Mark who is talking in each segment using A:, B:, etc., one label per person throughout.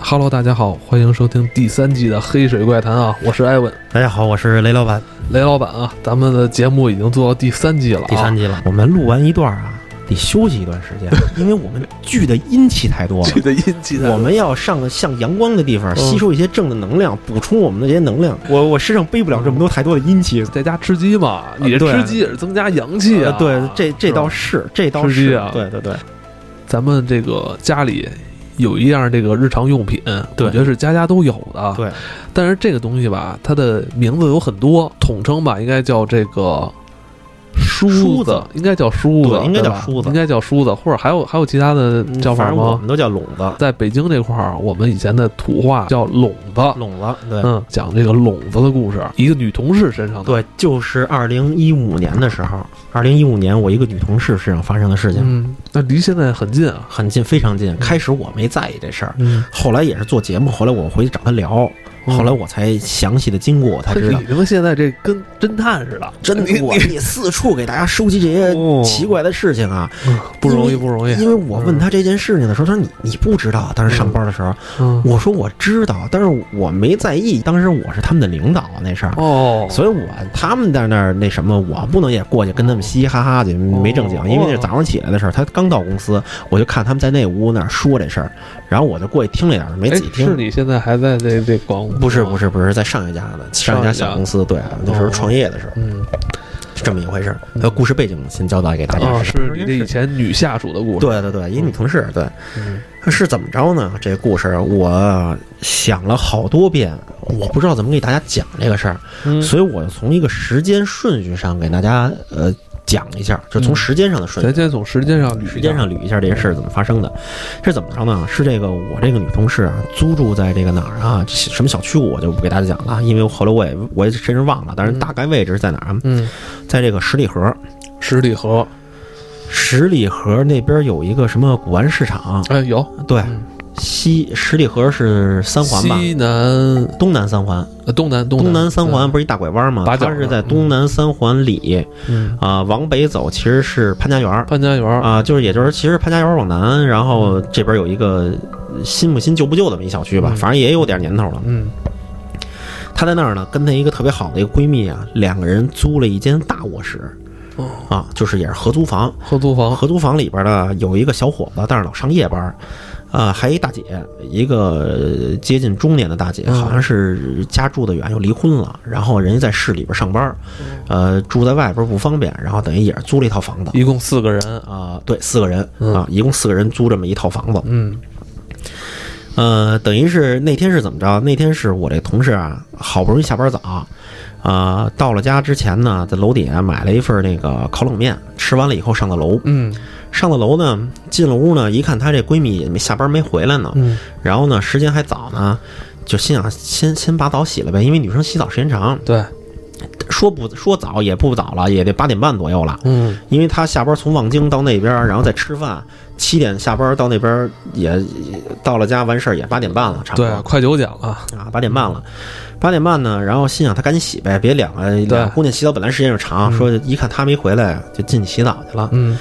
A: Hello，大家好，欢迎收听第三季的《黑水怪谈》啊，我是艾文，
B: 大家好，我是雷老板，
A: 雷老板啊，咱们的节目已经做到第三季了、啊，
B: 第三季了。我们录完一段啊，得休息一段 时间，因为我们剧的阴气太多了。
A: 季的阴气太
B: 我们要上个向阳光的地方，吸收一些正的能量，补充我们的这些能量。啊我我身上背不了这么多太多的阴气。
A: 在家吃鸡嘛，你这
B: 呃对啊
A: 吃鸡也是增加阳气啊。
B: 呃对，这这倒
A: 是
B: 是，这倒
A: 吃鸡
B: 是
A: 啊，
B: 对对对，
A: 咱们这个家里有一样这个日常用品，
B: 对
A: 我觉得是家家都有的。
B: 对，
A: 但是这个东西吧，它的名字有很多，统称吧，应该叫这个梳子，
B: 梳子
A: 应该叫梳子，
B: 对应该
A: 对
B: 叫
A: 吧
B: 梳子
A: 应该叫梳子，或者还有还有其他的
B: 嗯
A: 叫
B: 反
A: 法
B: 正我
A: 吗？啊
B: 们都叫笼子，
A: 在北京这块儿，我们以前的土话叫笼子，
B: 笼子，对。
A: 嗯，讲这个笼子的故事，一个女同事身上的，
B: 对，就是二零一五年的时候，二零一五年我一个女同事身上发生的事情，
A: 嗯，那离现在很近啊，
B: 很近，非常近。开始我没在意这事儿，
A: 嗯，
B: 后来也是做节目，后来我回去找她聊，后来我才详细的经过，我才知道
A: 你他妈现在这跟侦探似的，
B: 真
A: 你
B: 的，我
A: 你
B: 你四处给大家收集这
A: 哦
B: 些奇怪的事情啊，
A: 嗯不容易不容易，
B: 因为我问他这件事情的时候，他说你你不知道，当时上班的时候，
A: 嗯
B: 我说我知道，但是我没在意，当时我是他们的领导啊那事儿。
A: 哦，
B: 所以我他们在那儿那什么，我不能也过去跟他们嘻嘻哈哈去，没正经，因为那是早上起来的事儿。他刚到公司，我就看他们在那屋那儿说这事儿，然后我就过去听了一点儿，没
A: 哎
B: 仔细，听
A: 是。你现在还在这这广
B: 不是不
A: 是，
B: 是不是，在上一家呢，
A: 上
B: 上一
A: 一家
B: 家小公司，对，啊那时候
A: 哦
B: 创业的时候
A: 嗯，
B: 是这么一回事儿。呃，故事背景先交代给大家
A: 啊，
B: 是什么
A: 是你这以前女下属的故事，，
B: 对对对，一女同事，对，
A: 嗯
B: 是怎么着呢？这故事我想了好多遍，我不知道怎么给大家讲这个事儿，
A: 嗯
B: 所以我就从一个时间顺序上给大家呃讲一下，就从
A: 嗯
B: 时间上的顺序。
A: 咱先从时间上捋一下，
B: 时间上捋一下这个事儿怎么发生的，是怎么着呢？是这个我这个女同事啊，租住在这个哪儿啊？什么小区我就不给大家讲了，啊因为后来我也我也真是忘了，但是大概位置是在哪儿啊？
A: 嗯，
B: 在这个十里河，
A: 十里河，
B: 十里河那边有一个什么古玩市场，
A: 哎，有
B: 对
A: 嗯，
B: 西十里河是三环吧？
A: 西南
B: 东南三环，
A: 呃东南东
B: 东南三，环
A: 对
B: 不是一大拐弯吗？
A: 八角
B: 它是在
A: 嗯
B: 东南三环里
A: 嗯，
B: 啊，往北走其实是潘家园儿
A: 潘家园儿，
B: 啊，就是也就是其实潘家园儿往南，然后这边有一个新不新旧不旧的这么一小区吧，
A: 嗯
B: 反正也有点年头了。
A: 嗯
B: 她在那儿呢，跟她一个特别好的一个闺蜜啊，两个人租了一间大卧室
A: 哦，
B: 啊，就是也是合租房，
A: 合租房，
B: 合租房里边呢有一个小伙子，但是老上夜班儿，啊、还一大姐，一个呃接近中年的大姐，
A: 嗯
B: 好像是家住的远又离婚了，然后人家在市里边上班儿，
A: 嗯
B: 呃，住在外边不方便，然后等于也是租了一套房子。
A: 一共四个人，
B: 啊、对，四个人
A: 嗯
B: 啊、一共四个人租这么一套房子，
A: 嗯
B: 呃，等于是那天是怎么着？那天是我这同事啊，好不容易下班早，啊、到了家之前呢，在楼底下买了一份那个烤冷面，吃完了以后上的楼，
A: 嗯
B: 上了楼呢，进了屋呢，一看她这闺蜜也没下班没回来呢，
A: 嗯
B: 然后呢时间还早呢，就心想先先把澡洗了呗，因为女生洗澡时间长，
A: 对，
B: 说不说早也不早了，也得八点半左右了。
A: 嗯
B: 因为她下班从望京到那边，然后再吃饭，七点下班到那边也也到了家完事儿也八点半了，差不
A: 对，
B: 多
A: 快九点了，
B: 啊八点半了，八点半呢，然后心想她赶紧洗呗，别两个两个姑娘洗澡本来时间就长，说一看她没回来就进去洗澡去了，
A: 嗯，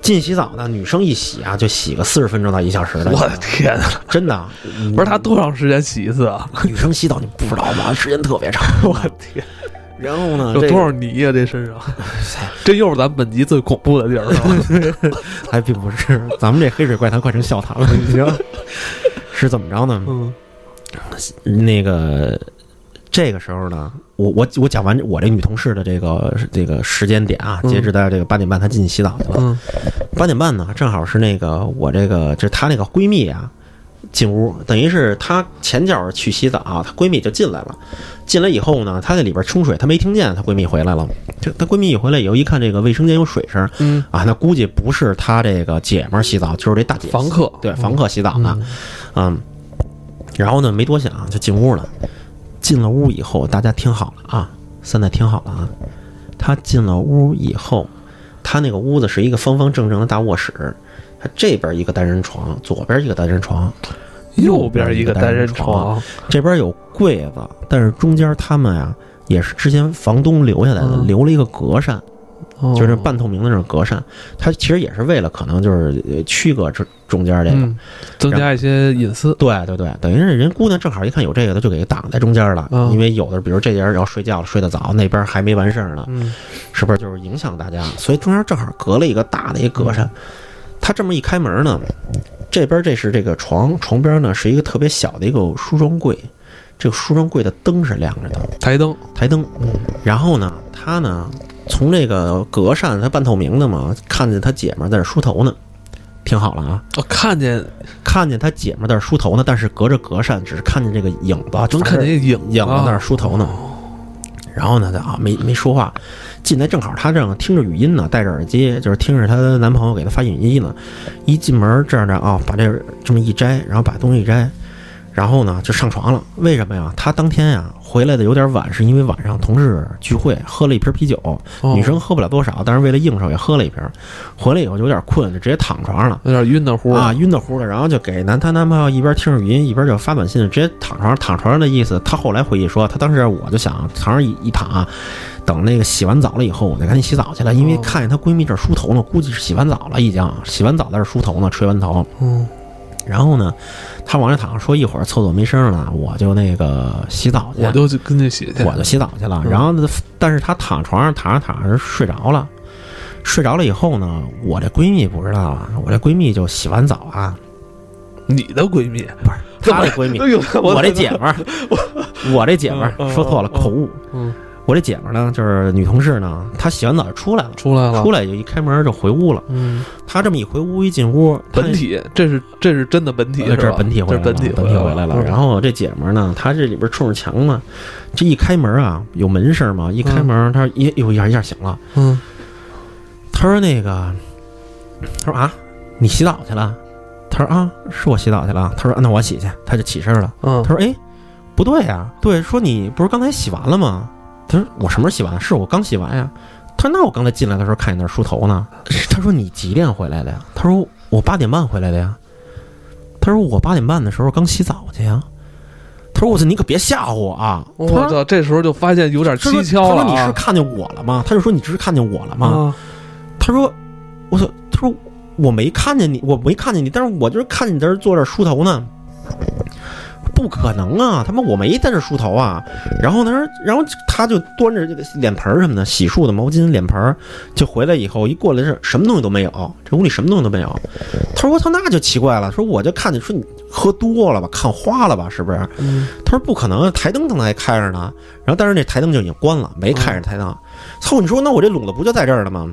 B: 进洗澡呢，女生一洗啊，就洗个四十分钟到一小时的。
A: 我的天啊，
B: 真的啊，
A: 不是他多长时间洗一次啊？
B: 女生洗澡你不知道吗？时间特别长。
A: 我天，
B: 然后呢，
A: 有
B: 啊这
A: 多
B: 个
A: 少泥啊呀？这身 上，这又是咱本集最恐怖的地儿是吧，
B: 还哎并不是，咱们这黑水怪谈快成笑谈了，已经。是怎么着呢？
A: 嗯
B: 那个这个时候呢，我我我讲完我这女同事的这个这个时间点啊，
A: 嗯
B: 截止到这个八点半，她进去洗澡去了。
A: 嗯
B: 八点半呢，正好是那个我这个就是她那个闺蜜啊进屋，等于是她前脚去洗澡、她闺蜜就进来了。进来以后呢，她在里边冲水，她没听见她闺蜜回来了。这她闺蜜一回来以后，一看这个卫生间有水声
A: 嗯，
B: 啊，那估计不是她这个姐们儿洗澡，就是这大姐
A: 房客
B: 对房客洗澡呢
A: 嗯，
B: 嗯。然后呢，没多想就进屋了。进了屋以后，大家听好了啊，现在听好了啊。她进了屋以后，他那个屋子是一个方方正正的大卧室，他这边一个单人床，左边一个单人床，
A: 右边一个单人床，
B: 这边有柜子，啊但是中间他们呀、也是之前房东留下来的，
A: 嗯
B: 留了一个隔扇，
A: 哦
B: 就是半透明的那种格扇，它其实也是为了可能就是呃区隔这中间这个。
A: 嗯，增加一些隐私。
B: 对对对，等于是人姑娘正好一看有这个，她就给挡在中间了。
A: 嗯
B: 因为有的，比如这人要睡觉了，睡得早，那边还没完事儿呢，
A: 嗯，
B: 是不是就是影响大家？所以中间正好隔了一个大的一个格扇。他这么一开门呢，这边这是这个床，床边呢是一个特别小的一个梳妆柜，这个梳妆柜的灯是亮着的，
A: 台灯，哦
B: 台灯。然后呢，他呢从这个格扇，他半透明的嘛，看见他姐们儿在那梳头呢。听好了啊，
A: 我看见
B: 看见他姐们儿在那梳头呢，但是隔着格扇，只是看见这个影子，啊
A: 能看见影
B: 影子
A: 啊
B: 在那梳头呢。然后呢，他啊没没说话，进来正好她正听着语音呢，戴着耳机，就是听着她男朋友给她发语音呢。一进门这样的啊，把这这么一摘，然后把东西一摘，然后呢就上床了。为什么呀？她当天呀回来的有点晚，是因为晚上同事聚会喝了一瓶啤酒，
A: 哦
B: 女生喝不了多少，但是为了应酬也喝了一瓶。回来以后就有点困，就直接躺床上了。
A: 有点晕的乎
B: 啊，，晕的乎的，然后就给男她男朋友一边听着语音，一边就发短信，直接躺床上躺床上的意思。她后来回忆说，她当时我就想床上一一躺啊，等那个洗完澡了以后，我就赶紧洗澡去了，因为
A: 哦
B: 看见她闺蜜这儿梳头呢，估计是洗完澡了已经，洗完澡在这儿梳头呢，吹完头，
A: 嗯，
B: 然后呢，她往那躺上说一会儿厕所没声了，我就那个洗澡去，
A: 我就去跟着洗去。
B: 我就洗澡去了。
A: 嗯
B: 然后呢，但是她躺床上躺着躺着睡着了，睡着了以后呢，我这闺蜜不知道啊，我这闺蜜就洗完澡啊，
A: 你的闺蜜，
B: 不是她的 闺蜜，
A: 哎呦，
B: 哎我这姐们儿，我这姐们儿
A: 嗯嗯
B: 说错了，
A: 嗯
B: 口误。
A: 嗯，
B: 我这姐们儿呢，就是女同事呢，她洗完澡就出来了，
A: 出来了，
B: 出来就一开门就回屋了。
A: 嗯，哎
B: 她这么一回屋，一进屋，她
A: 本体，这是这是真的本体，
B: 呃这
A: 是
B: 是
A: 吧
B: 本体
A: 这
B: 回来
A: 是
B: 了，
A: 本体
B: 本体回来了。然
A: 后
B: 后这姐们儿呢，她这里边冲着墙呢，这一开门啊，有门声嘛，一开门她一有一下一下醒了，
A: 嗯，
B: 她说那个，她说啊，你洗澡去了？她说啊，是我洗澡去了。她说啊那我洗去，她就起身了。
A: 嗯
B: 他说：“哎，不对呀、对，说你不是刚才洗完了吗？”他说：“我什么时候洗完？是我刚洗完呀。”他说：“那我刚才进来的时候看你那儿梳头呢。”他说：“你几点回来的呀？”他说：“我八点半回来的呀。”他说：“我八点半的时候刚洗澡去呀。”他说：“我操，你可别吓唬我啊！”他
A: 我
B: 说
A: 操，这时候就发现有点
B: 他说
A: 蹊跷了
B: 他说：“你
A: 啊
B: 是看见我了吗？”他就说：“你是看见我了吗？”
A: 啊，
B: 他说：“我操！”他说：“我没看见你，我没看见你，但是我就是看见你在这儿坐这儿梳头呢。”不可能啊！他妈我没在这儿梳头啊！然后呢，然后他就端着这个脸盆儿什么的，洗漱的毛巾、脸盆儿，就回来以后一过来这儿什么东西都没有，这屋里什么东西都没有。他说：“我操，那就奇怪了。”说我就看你说你喝多了吧，看花了吧，是不是？
A: 嗯
B: 他说不可能，啊台灯刚才还开着呢，然后但是那台灯就已经关了，
A: 嗯
B: 没开着台灯。操、你说那我这笼子不就在这儿了吗？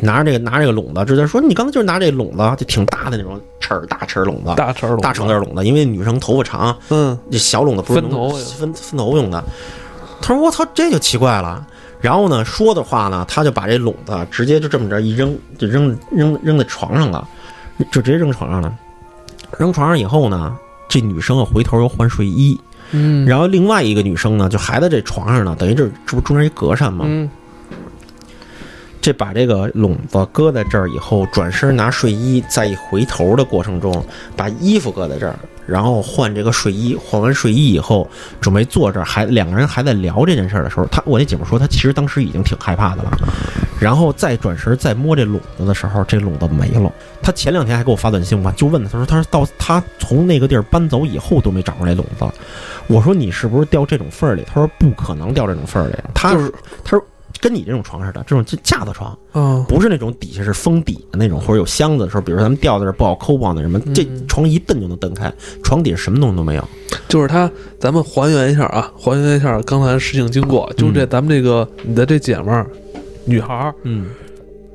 B: 拿着这个拿这个笼子，直接说你刚才就是拿这笼子，就挺大的那种齿儿大齿儿笼子，
A: 大成
B: 啊大齿儿笼子，因为女生头发长，
A: 嗯，
B: 这小笼子不是
A: 分
B: 能
A: 头
B: 分分头用的。他说我操，这就奇怪了。然后呢，说的话呢，他就把这笼子直接就这么着一扔，就扔扔扔在床上了，就直接扔床上了。扔床上以后呢，这女生啊回头又换睡衣，
A: 嗯，
B: 然后另外一个女生呢，就还在这床上呢，等于这这不中间一隔扇吗？
A: 嗯
B: 这把这个笼子搁在这儿以后，转身拿睡衣，再一回头的过程中，把衣服搁在这儿，然后换这个睡衣，换完睡衣以后，准备坐这儿，还两个人还在聊这件事儿的时候，她我那姐们说，她其实当时已经挺害怕的了，然后再转身再摸这笼子的时候，这笼子没了。她前两天还给我发短信嘛，就问她，她说她到她从那个地儿搬走以后都没找着那笼子，我说你是不是掉这种缝儿里？她说不可能掉这种缝儿里，她
A: 就是
B: 跟你这种床似的，这种架子床。
A: 嗯，
B: 不是那种底下是封底的那种，或者有箱子的时候，比如说咱们掉在这儿不好抠不好那什么，
A: 嗯
B: 这床一蹬就能蹬开，床底下什么东西都没有。
A: 就是他，咱们还原一下啊，还原一下刚才事情经过，就这咱们这个你的这姐们儿，女孩儿
B: 嗯，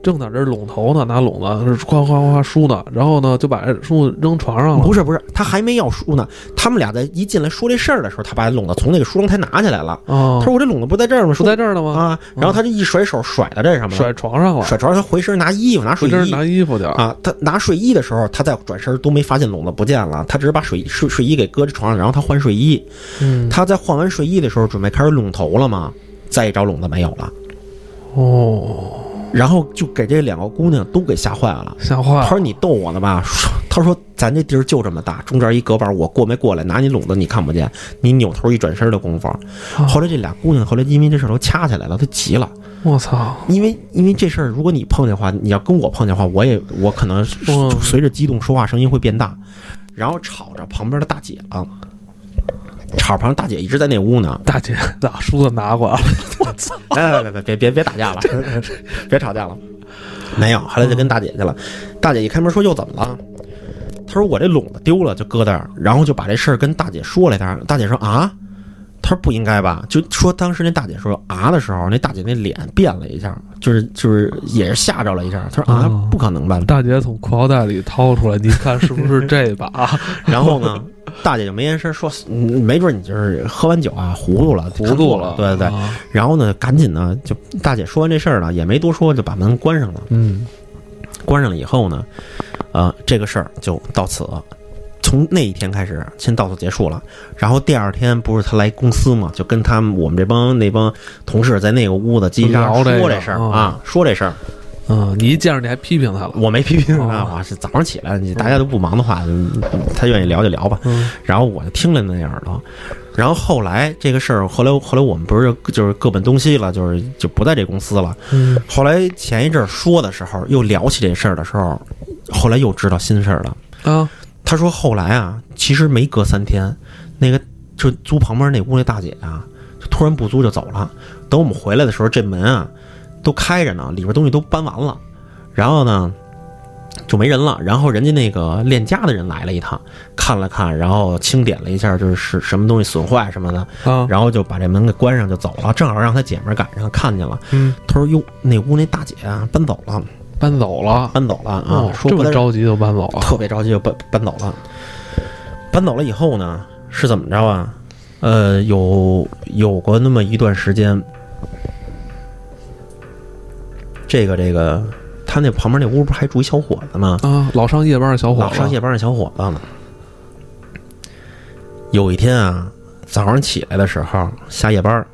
A: 正在这儿拢头呢，拿拢子是夸夸夸梳呢，然后呢就把这梳扔床上了，
B: 不是不是，他还没要梳呢，他们俩在一进来说这事儿的时候，他把笼子从那个梳妆台拿起来了。
A: 啊
B: 他，说：“我这笼子不在这儿吗？”
A: 不在这儿了吗？哦
B: 啊，然后他这一甩手甩到这上面了，
A: 甩床上了，
B: 甩床，他回身拿衣服拿睡
A: 回身
B: 衣
A: 拿衣服去了，
B: 啊，他拿睡衣的时候，他再转身都没发现笼子不见了，他只是把睡睡睡衣给搁在床上，然后他换睡衣。
A: 嗯，
B: 他在换完睡衣的时候，准备开始拢头了嘛，再一找笼子没有了。
A: 哦，
B: 然后就给这两个姑娘都给吓坏了。
A: 吓坏
B: 他
A: 了，
B: 说：“你逗我呢吧？”说他说：“咱这地儿就这么大，中间一隔板，我过没过来，拿你笼子你看不见，你扭头一转身的功夫。”后来这俩姑娘后来因为这事儿都掐起来了，都急了。
A: 我操，
B: 因为因为这事儿，如果你碰见的话，你要跟我碰见的话，我也我可能是
A: 嗯
B: 随着激动说话声音会变大，然后吵着旁边的大姐了，吵着旁边大姐一直在那屋呢，
A: 大姐把梳子拿过来了，
B: 来来来来，别别别打架了， 别吵架了。没有，后来就跟大姐去了。大姐一开门说：“又怎么了？”她说：“我这笼子丢了，就搁那儿。”然后就把这事儿跟大姐说了一下。大姐说：“啊。”她说：“不应该吧？”就说当时那大姐说“啊”的时候，那大姐那脸变了一下，就是就是也是吓着了一下。她说：“啊
A: 哦，
B: 不 可能吧？”
A: 大姐从裤腰带里掏出来，你看是不是这把？啊
B: 然后呢，大姐就没言声说：“嗯没准你就是喝完酒啊，糊涂了，
A: 糊涂
B: 了
A: 了，。”
B: 对对对。
A: 啊
B: 然后呢，赶紧呢，就大姐说完这事儿呢，也没多说，就把门关上了。
A: 嗯，
B: 关上了以后呢，呃，这个事儿就到此，从那一天开始，先到此结束了。然后第二天不是他来公司嘛，就跟他们我们这帮那帮同事在那个屋子叽叽喳
A: 聊这
B: 喳
A: 个
B: 说这事儿
A: 嗯
B: 啊，说这事儿，
A: 嗯，你一见着你还批评他了，
B: 我没批评他，
A: 哦
B: 我是早上起来，你大家都不忙的话，嗯他愿意聊就聊吧。
A: 嗯
B: 然后我就听了那样的。然后后来这个事儿，后来后来我们不是就是各奔东西了，就是就不在这公司了。
A: 嗯
B: 后来前一阵儿说的时候，又聊起这事儿的时候，后来又知道新事儿了。
A: 啊，
B: 他说后来啊，其实没隔三天，那个就租旁边那屋那大姐啊，就突然不租就走了。等我们回来的时候，这门啊都开着呢，里边东西都搬完了，然后呢就没人了。然后人家那个链家的人来了一趟，看了看，然后清点了一下，就是是什么东西损坏什么的，
A: 啊，
B: 然后就把这门给关上就走了。正好让他姐们儿赶上看见了，
A: 嗯，
B: 他说：“哟，那屋那大姐啊搬走了，
A: 搬走了。
B: 搬走了啊！”
A: 哦，
B: 说
A: 这
B: 不
A: 么
B: 在
A: 着急就搬走了，
B: 特别着急就搬搬走了。搬走了以后呢，是怎么着啊？呃，有有过那么一段时间，这个这个，他那旁边那屋不是还住一小伙子吗？
A: 啊，老上夜班的小伙
B: 老
A: 子，
B: 上夜班的小伙子呢。有一天啊，早上起来的时候下夜班儿，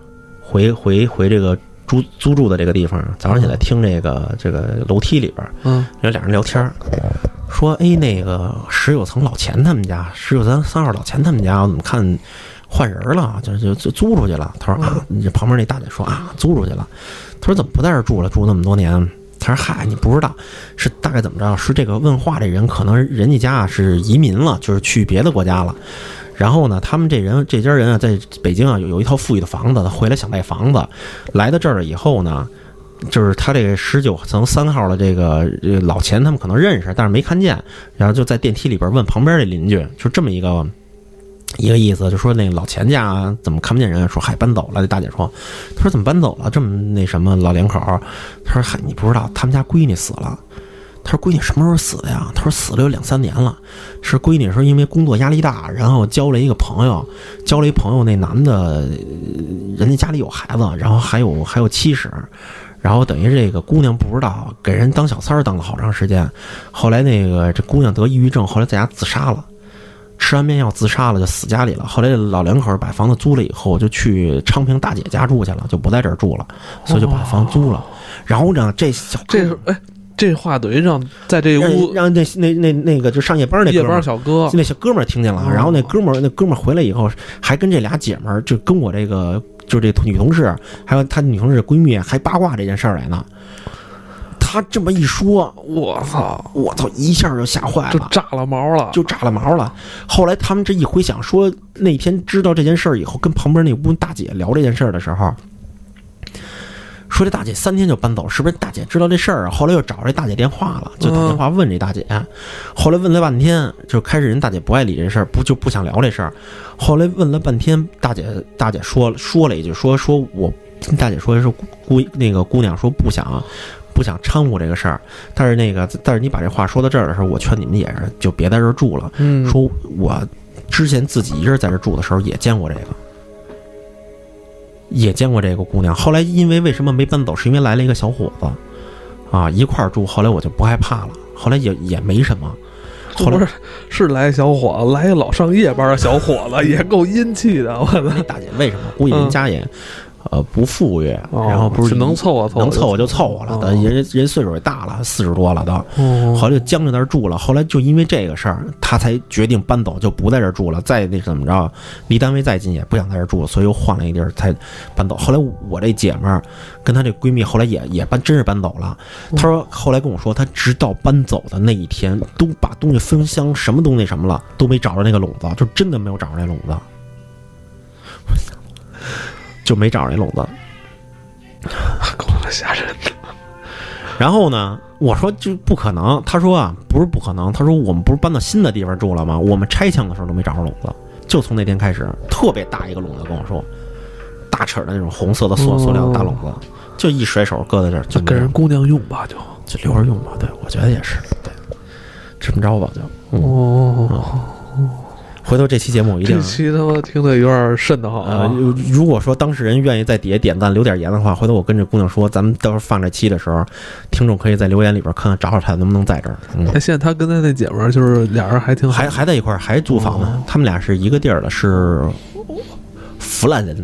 B: 回回回这个租租住的这个地方，早上起来听这个这个楼梯里边
A: 嗯
B: 然后俩人聊天儿，说：“哎，那个十九层老钱他们家，十九层三号老钱他们家，我怎么看换人了？啊就就就租出去了。”他说：“啊，你这旁边那大姐说啊，租出去了。”他说：“怎么不在这儿住了？住那么多年？”他说：“嗨，你不知道，是大概怎么着？是这个问话这人，可能人家家啊是移民了，就是去别的国家了。然后呢，他们这人这家人啊，在北京啊有有一套富裕的房子，他回来想卖房子，来到这儿了以后呢，就是他这个十九层三号的这个呃老钱，他们可能认识，但是没看见，然后就在电梯里边问旁边的邻居，就这么一个一个意思，就说那老钱家怎么看不见人啊，说嗨搬走了。那大姐说，他说怎么搬走了？这么那什么老两口儿，他说嗨你不知道，他们家闺女死了。他说：“闺女什么时候死的呀？”他说：“死了有两三年了，是闺女说因为工作压力大，然后交了一个朋友，交了一朋友，那男的人家家里有孩子，然后还有还有妻室，然后等于这个姑娘不知道，给人当小三儿当了好长时间。后来那个这姑娘得抑郁症，后来在家自杀了，吃安眠药自杀了，就死家里了。后来老两口把房子租了以后，就去昌平大姐家住去了，就不在这儿住了，所以就把房租了。然后呢，这小哥
A: 这是哎，这话等于让在这
B: 嗯让
A: 屋
B: 让那那那那个就上夜班那哥
A: 夜
B: 们儿
A: 班小哥
B: 那小哥们儿听见了，
A: 哦
B: 然后那哥们儿那哥们儿回来以后，还跟这俩姐们儿，就跟我这个就这女同事，还有她女同事闺蜜，还八卦这件事儿来呢。他这么一说，
A: 我操，
B: 我操，一下就吓坏
A: 就
B: 了。
A: 炸了毛了，
B: 哎就炸了毛了。后来他们这一回想，说那天知道这件事儿以后，跟旁边那屋大姐聊这件事儿的时候，说这大姐三天就搬走，是不是大姐知道这事儿啊？后来又找这大姐电话了，就打电话问这大姐，后来问了半天，就开始人大姐不爱理这事儿，不就不想聊这事儿。后来问了半天，大姐大姐说说了一句，说说我嗯大姐说是姑那个姑娘说不想。不想掺和这个事儿，但是那个，但是你把这话说到这儿的时候，我劝你们也是就别在这儿住了。
A: 嗯
B: 说我之前自己一个人在这住的时候也见过这个，也见过这个姑娘。后来因为为什么没搬走，是因为来了一个小伙子，啊，一块儿住。后来我就不害怕了，后来也也没什么。后 来
A: 不是是来小伙子，来一老上夜班的小伙子，也够阴气的。我操，
B: 那大姐为什么？估计人家也，呃不富裕，
A: 嗯哦
B: 然后不是
A: 是能凑合凑合
B: 能
A: 就
B: 凑合就凑合了。
A: 哦
B: 但人人岁数也大了，四十多了都，
A: 哦
B: 后来就僵在那儿住了。后来就因为这个事儿，他才决定搬走，就不在这儿住了。再那怎么着，离单位再近也不想在这儿住了，所以又换了一地儿才搬走。后来我这姐们儿跟她这闺蜜后来也也搬，真是搬走了。她说后来跟我说，她直到搬走的那一天，都把东西封箱，什么都那什么了，都没找着那个笼子，就真的没有找着那笼子。 我操，就没找着那笼子。
A: 够他妈吓人的。
B: 然后呢，我说就不可能。他说啊，不是不可能。他说我们不是搬到新的地方住了吗？我们拆墙的时候都没找着笼子，就从那天开始，特别大一个笼子跟我说，大齿儿的那种红色的塑
A: 哦
B: 塑料大笼子，就一甩手搁在这儿，就
A: 那给
B: 没有
A: 人姑娘用吧，就
B: 就留着用吧。对，我觉得也是，对，这么着吧，就。嗯，
A: 哦，
B: 回头这期节目我一定啊
A: 这。期他妈听的有点瘆得慌
B: 呃
A: 啊！，
B: 如果说当事人愿意在底下点赞留点言的话，回头我跟这姑娘说，咱们到时候放这期的时候，听众可以在留言里边看看找找她能不能在这儿。嗯，
A: 哎，现在他跟他那姐们儿就是俩人还挺好
B: 还还在一块儿，还租房
A: 哦
B: 呢。他们俩是一个地儿的，是湖南人，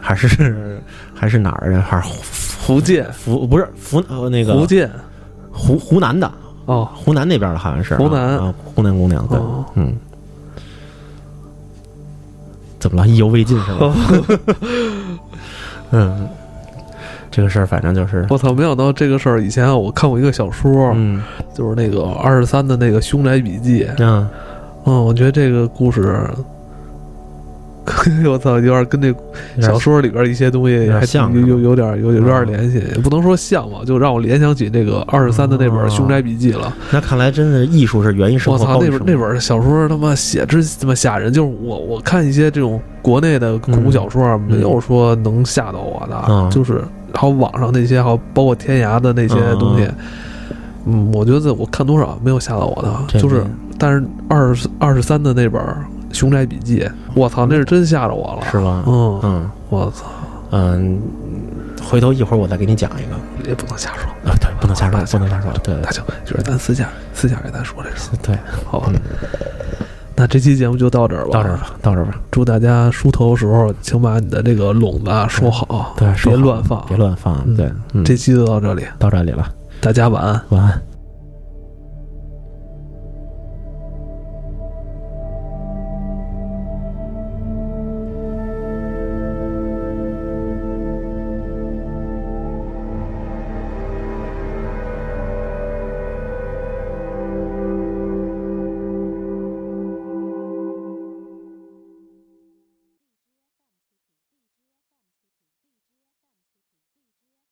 B: 还是还是哪儿人？还是
A: 福建，
B: 湖不是湖呃那个
A: 福建
B: 湖湖南的，
A: 哦，
B: 湖南那边的好像是啊
A: 湖南
B: 啊，湖南姑娘对
A: 哦，
B: 嗯。怎么了？意犹未尽是吧？ 嗯，这个事儿反正就是，
A: 我操！没想到这个事儿，以前啊我看过一个小说，
B: 嗯
A: 就是那个二十三的那个《凶宅笔记》。
B: 嗯，
A: 嗯，我觉得这个故事， 我操，有点跟这
B: 有点
A: 小说里边一些东西
B: 点
A: 还
B: 像
A: 有
B: 是吧
A: 有有点有有点
B: 嗯
A: 联系，也不能说像吧，就让我联想起这个二十三的那本
B: 哦
A: 《凶宅笔记》了。
B: 那看来真是艺术是源于生
A: 我
B: 活，
A: 操，
B: 高于
A: 那本
B: 生活
A: 那本小说他妈写之他妈吓人，就是我我看一些这种国内的恐怖小说啊，
B: 嗯
A: 没有说能吓到我的，
B: 嗯
A: 就是还有网上那些，还有包括天涯的那些东
B: 嗯
A: 西，嗯，我觉得我看多少没有吓到我
B: 这
A: 的，就是
B: 没
A: 但是二十二十三的那本《熊宅笔记》，我操，那是真吓着我了，
B: 是吧？
A: 嗯，
B: 嗯。
A: 我操，
B: 嗯，回头一会儿我再给你讲一个。
A: 也不能瞎说，
B: 啊，对，不能瞎说，不能瞎说。对
A: 大强，就是咱私下私下给咱说这事，
B: 对，
A: 好吧？那这期节目就到这儿吧，
B: 嗯到这儿吧，到这儿吧。
A: 祝大家梳头的时候，请把你的这个笼子啊收好，
B: 对，说
A: 别
B: 好
A: 乱放
B: 别。乱放。
A: 嗯
B: 对，嗯，
A: 这期就到这里，
B: 到这里了，
A: 大家晚安。
B: 晚安。